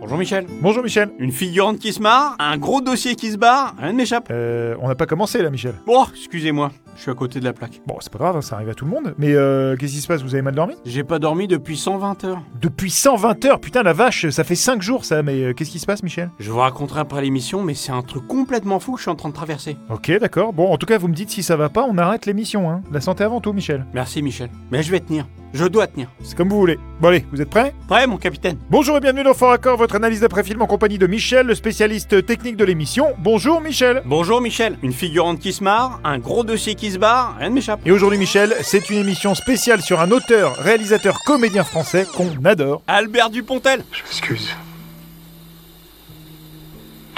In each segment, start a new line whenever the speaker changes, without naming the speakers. Bonjour Michel.
Bonjour Michel.
Une figurante qui se marre Un gros dossier qui se barre Rien ne m'échappe.
Euh, on n'a pas commencé là, Michel.
Oh, excusez-moi, je suis à côté de la plaque.
Bon, c'est pas grave, hein, ça arrive à tout le monde. Mais euh, qu'est-ce qui se passe Vous avez mal dormi
J'ai pas dormi depuis 120 heures.
Depuis 120 heures, putain la vache, ça fait 5 jours ça. Mais euh, qu'est-ce qui se passe, Michel
Je vous raconterai après l'émission, mais c'est un truc complètement fou que je suis en train de traverser.
Ok, d'accord. Bon, en tout cas, vous me dites si ça va pas, on arrête l'émission. Hein. La santé avant tout, Michel.
Merci Michel. Mais je vais tenir. Je dois tenir.
C'est comme vous voulez. Bon allez, vous êtes prêts
Prêt, mon capitaine
Bonjour et bienvenue dans Fort Accord, votre analyse d'après-film en compagnie de Michel, le spécialiste technique de l'émission. Bonjour Michel
Bonjour Michel. Une figurante qui se marre Un gros dossier qui se barre Rien ne m'échappe.
Et aujourd'hui Michel, c'est une émission spéciale sur un auteur, réalisateur, comédien français qu'on adore.
Albert Dupontel
Je m'excuse.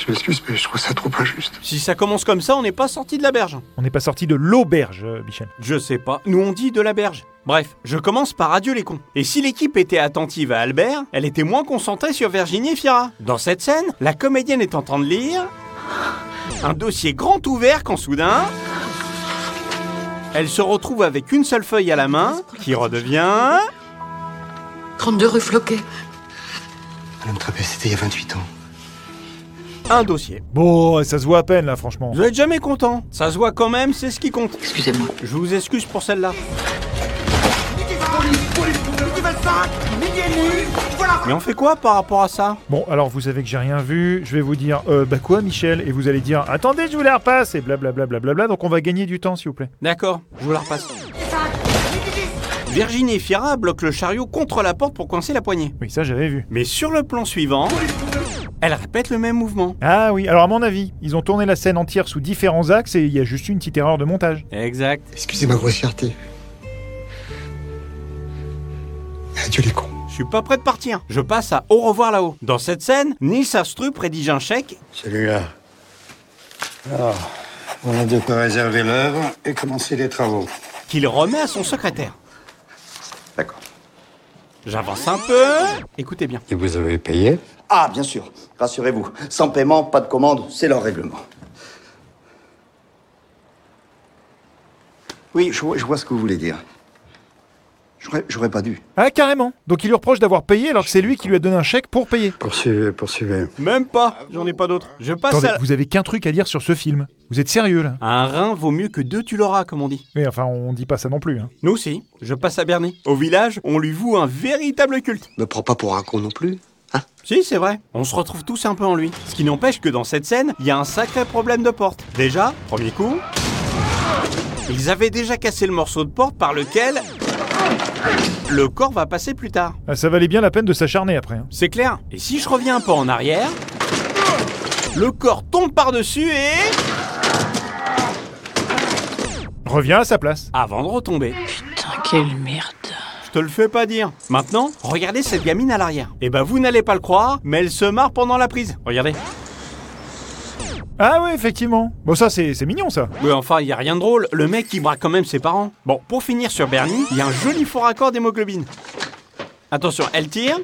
Je m'excuse, mais je trouve ça trop injuste.
Si ça commence comme ça, on n'est pas sorti de la berge.
On n'est pas sorti de l'auberge, euh, Michel.
Je sais pas. Nous on dit de la berge. Bref, je commence par adieu les cons. Et si l'équipe était attentive à Albert, elle était moins concentrée sur Virginie et Fiera. Dans cette scène, la comédienne est en train de lire un dossier grand ouvert quand soudain, elle se retrouve avec une seule feuille à la main qui redevient
32 rue Floquet.
Madame Trappé, c'était il y a 28 ans.
un dossier.
Bon, ça se voit à peine là, franchement.
Vous êtes jamais content Ça se voit quand même, c'est ce qui compte.
Excusez-moi.
Je vous excuse pour celle-là. Mais on fait quoi par rapport à ça
Bon, alors vous savez que j'ai rien vu, je vais vous dire euh, bah quoi Michel et vous allez dire attendez, je vous la repasse et blablabla blablabla donc on va gagner du temps s'il vous plaît.
D'accord, je vous la repasse. Virginie et Fiera bloquent le chariot contre la porte pour coincer la poignée.
Oui, ça j'avais vu.
Mais sur le plan suivant, elle répète le même mouvement.
Ah oui, alors à mon avis, ils ont tourné la scène entière sous différents axes et il y a juste une petite erreur de montage.
Exact.
Excusez ma grossièreté. Adieu les cons.
Je suis pas prêt de partir. Je passe à Au revoir là-haut. Dans cette scène, Nils Astrup rédige un chèque.
Celui-là. Alors, Ah, on a de quoi réserver l'œuvre et commencer les travaux.
qu'il remet à son secrétaire.
D'accord.
J'avance un peu. Écoutez bien.
Et vous avez payé
Ah, bien sûr. Rassurez-vous. Sans paiement, pas de commande, c'est leur règlement. Oui, je vois, je vois ce que vous voulez dire. J'aurais- J'aurais pas dû.
Ah carrément. Donc il lui reproche d'avoir payé alors que c'est lui qui lui a donné un chèque pour payer.
Poursuivez, poursuivez.
Même pas. J'en ai pas d'autres. Je passe
Attendez,
à...
vous avez qu'un truc à dire sur ce film. Vous êtes sérieux là
Un rein vaut mieux que deux, tu l'auras, comme on dit.
Oui, enfin on dit pas ça non plus hein.
Nous aussi. Je passe à Bernie. Au village, on lui voue un véritable culte.
Me prends pas pour un con non plus.
Si, c'est vrai. On se retrouve tous un peu en lui. Ce qui n'empêche que dans cette scène, il y a un sacré problème de porte. Déjà, premier coup. Ils avaient déjà cassé le morceau de porte par lequel le corps va passer plus tard.
Ah, ça valait bien la peine de s'acharner après. hein.
C'est clair. Et si je reviens un peu en arrière, le corps tombe par-dessus et...
Reviens à sa place.
Avant de retomber.
Putain, quelle merde.
Je te le fais pas dire. Maintenant, regardez cette gamine à l'arrière. Eh ben vous n'allez pas le croire, mais elle se marre pendant la prise. Regardez.
Ah oui, effectivement. Bon ça c'est c'est mignon ça.
Mais enfin, il y a rien de drôle. Le mec, il braque quand même ses parents. Bon, pour finir sur Bernie, il y a un joli faux raccord d'hémoglobine. Attention, elle tire.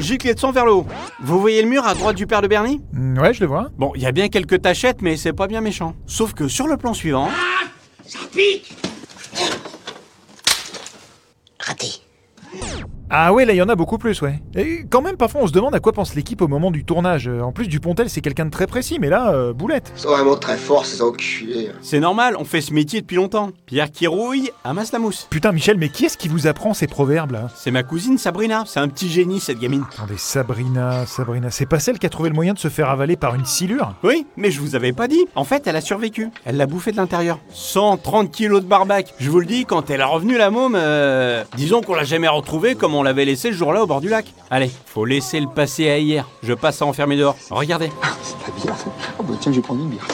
Gicle de sang vers le haut. Vous voyez le mur à droite du père de Bernie
Hmm, ouais, je le vois.
Bon, il y a bien quelques tachettes, mais c'est pas bien méchant. Sauf que sur le plan suivant,
Ah ouais, là il y en a beaucoup plus, ouais. Et quand même, parfois on se demande à quoi pense l'équipe au moment du tournage. Euh, En plus, Dupontel c'est quelqu'un de très précis, mais là, euh, boulette.
Ils sont vraiment très forts, ces enculés.
c'est normal, on fait ce métier depuis longtemps. Pierre qui rouille, amasse la mousse.
Putain, Michel, mais qui est-ce qui vous apprend ces proverbes là
C'est ma cousine Sabrina, c'est un petit génie cette gamine.
Attendez, Sabrina, Sabrina, c'est pas celle qui a trouvé le moyen de se faire avaler par une silure
Oui, mais je vous avais pas dit. En fait, elle a survécu. Elle l'a bouffé de l'intérieur. 130 kilos de barbac. Je vous le dis, quand elle est revenue la môme, euh, disons qu'on l'a jamais retrouvée comme on l'avait laissée le jour-là au bord du lac. Allez, faut laisser le passé à hier. Je passe à enfermer dehors. Regardez.
Ah, C'est pas bien. Oh bah tiens, je vais prendre une bière.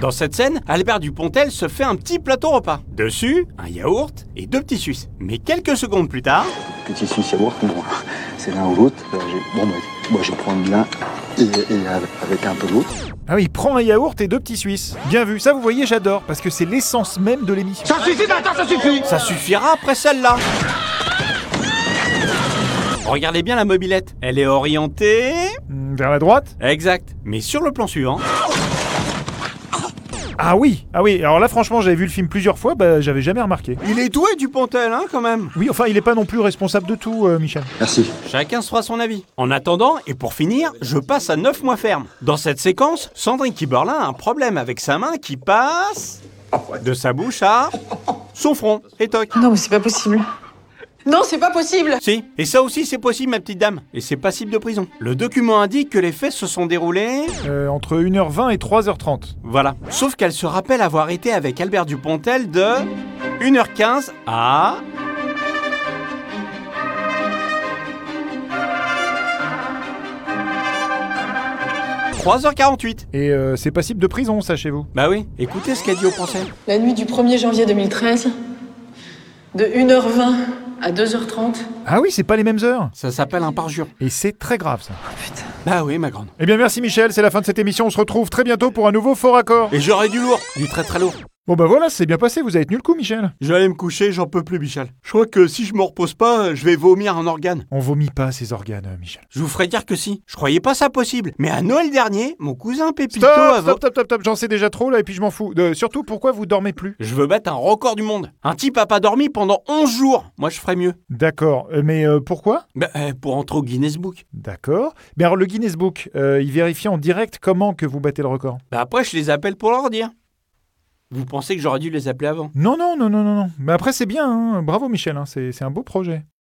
Dans cette scène, Albert Dupontel se fait un petit plateau repas. Dessus, un yaourt et deux petits suisses. Mais quelques secondes plus tard,
Petit suisse à boire, bon, c'est l'un ou l'autre. Euh, j'ai- Bon, bah, moi, je vais prendre l'un et, et avec un peu de l'autre.
Ah oui, il prend un yaourt et deux petits Suisses. Bien vu, ça vous voyez, j'adore, parce que c'est l'essence même de l'émission.
ça suffira après celle-là. Regardez bien la mobilette. Elle est orientée.
Hmm, Vers la droite
Exact. Mais sur le plan suivant,
Ah oui, ah oui, alors là franchement j'avais vu le film plusieurs fois, bah j'avais jamais remarqué.
Il est doué du Pontel, hein, quand même
Oui, enfin il est pas non plus responsable de tout, euh, Michel.
Merci.
Chacun se fera son avis. En attendant, et pour finir, je passe à 9 mois ferme. Dans cette séquence, Sandrine Kiberlin a un problème avec sa main qui passe de sa bouche à son front. Et toc.
Non, mais c'est pas possible. Non, c'est pas possible
Si. Et ça aussi, c'est possible, ma petite dame. Et c'est passible de prison. Le document indique que les faits se sont déroulés...
Euh, entre 1h20 et 3h30.
Voilà. Sauf qu'elle se rappelle avoir été avec Albert Dupontel de 1h15 à... 3h48
Et euh, c'est passible de prison, sachez-vous.
Bah oui, écoutez ce qu'a dit au procès.
La nuit du 1er janvier 2013, de 1h20 à 2h30,
Ah oui, c'est pas les mêmes heures.
Ça s'appelle un parjure.
Et c'est très grave ça.
Bah oui, ma grande.
Eh bien merci Michel, c'est la fin de cette émission, on se retrouve très bientôt pour un nouveau fort accord.
Et j'aurais du lourd, du très très lourd.
Bon bah voilà, c'est bien passé, vous avez tenu le coup Michel.
Je vais aller me coucher, j'en peux plus, Michel. Je crois que si je me repose pas, je vais vomir un organe.
On vomit pas ces organes, euh, Michel.
Je vous ferai dire que si. Je croyais pas ça possible. Mais à Noël dernier, mon cousin Pépito
Stop,
a vo-
stop, stop, stop, stop, j'en sais déjà trop là et puis je m'en fous. Euh, surtout pourquoi vous dormez plus
Je veux battre un record du monde. Un type a pas dormi pendant 11 jours. Moi, je ferais mieux.
D'accord, euh, mais euh, pourquoi
Bah, euh, pour entrer au Guinness Book.
D'accord. Mais alors le Guinness Book, euh, il vérifie en direct comment que vous battez le record.
Bah, après, je les appelle pour leur dire. Vous pensez que j'aurais dû les appeler avant
Non, non, non, non, non, non. Mais après c'est bien, hein. bravo Michel, hein, c'est c'est un beau projet.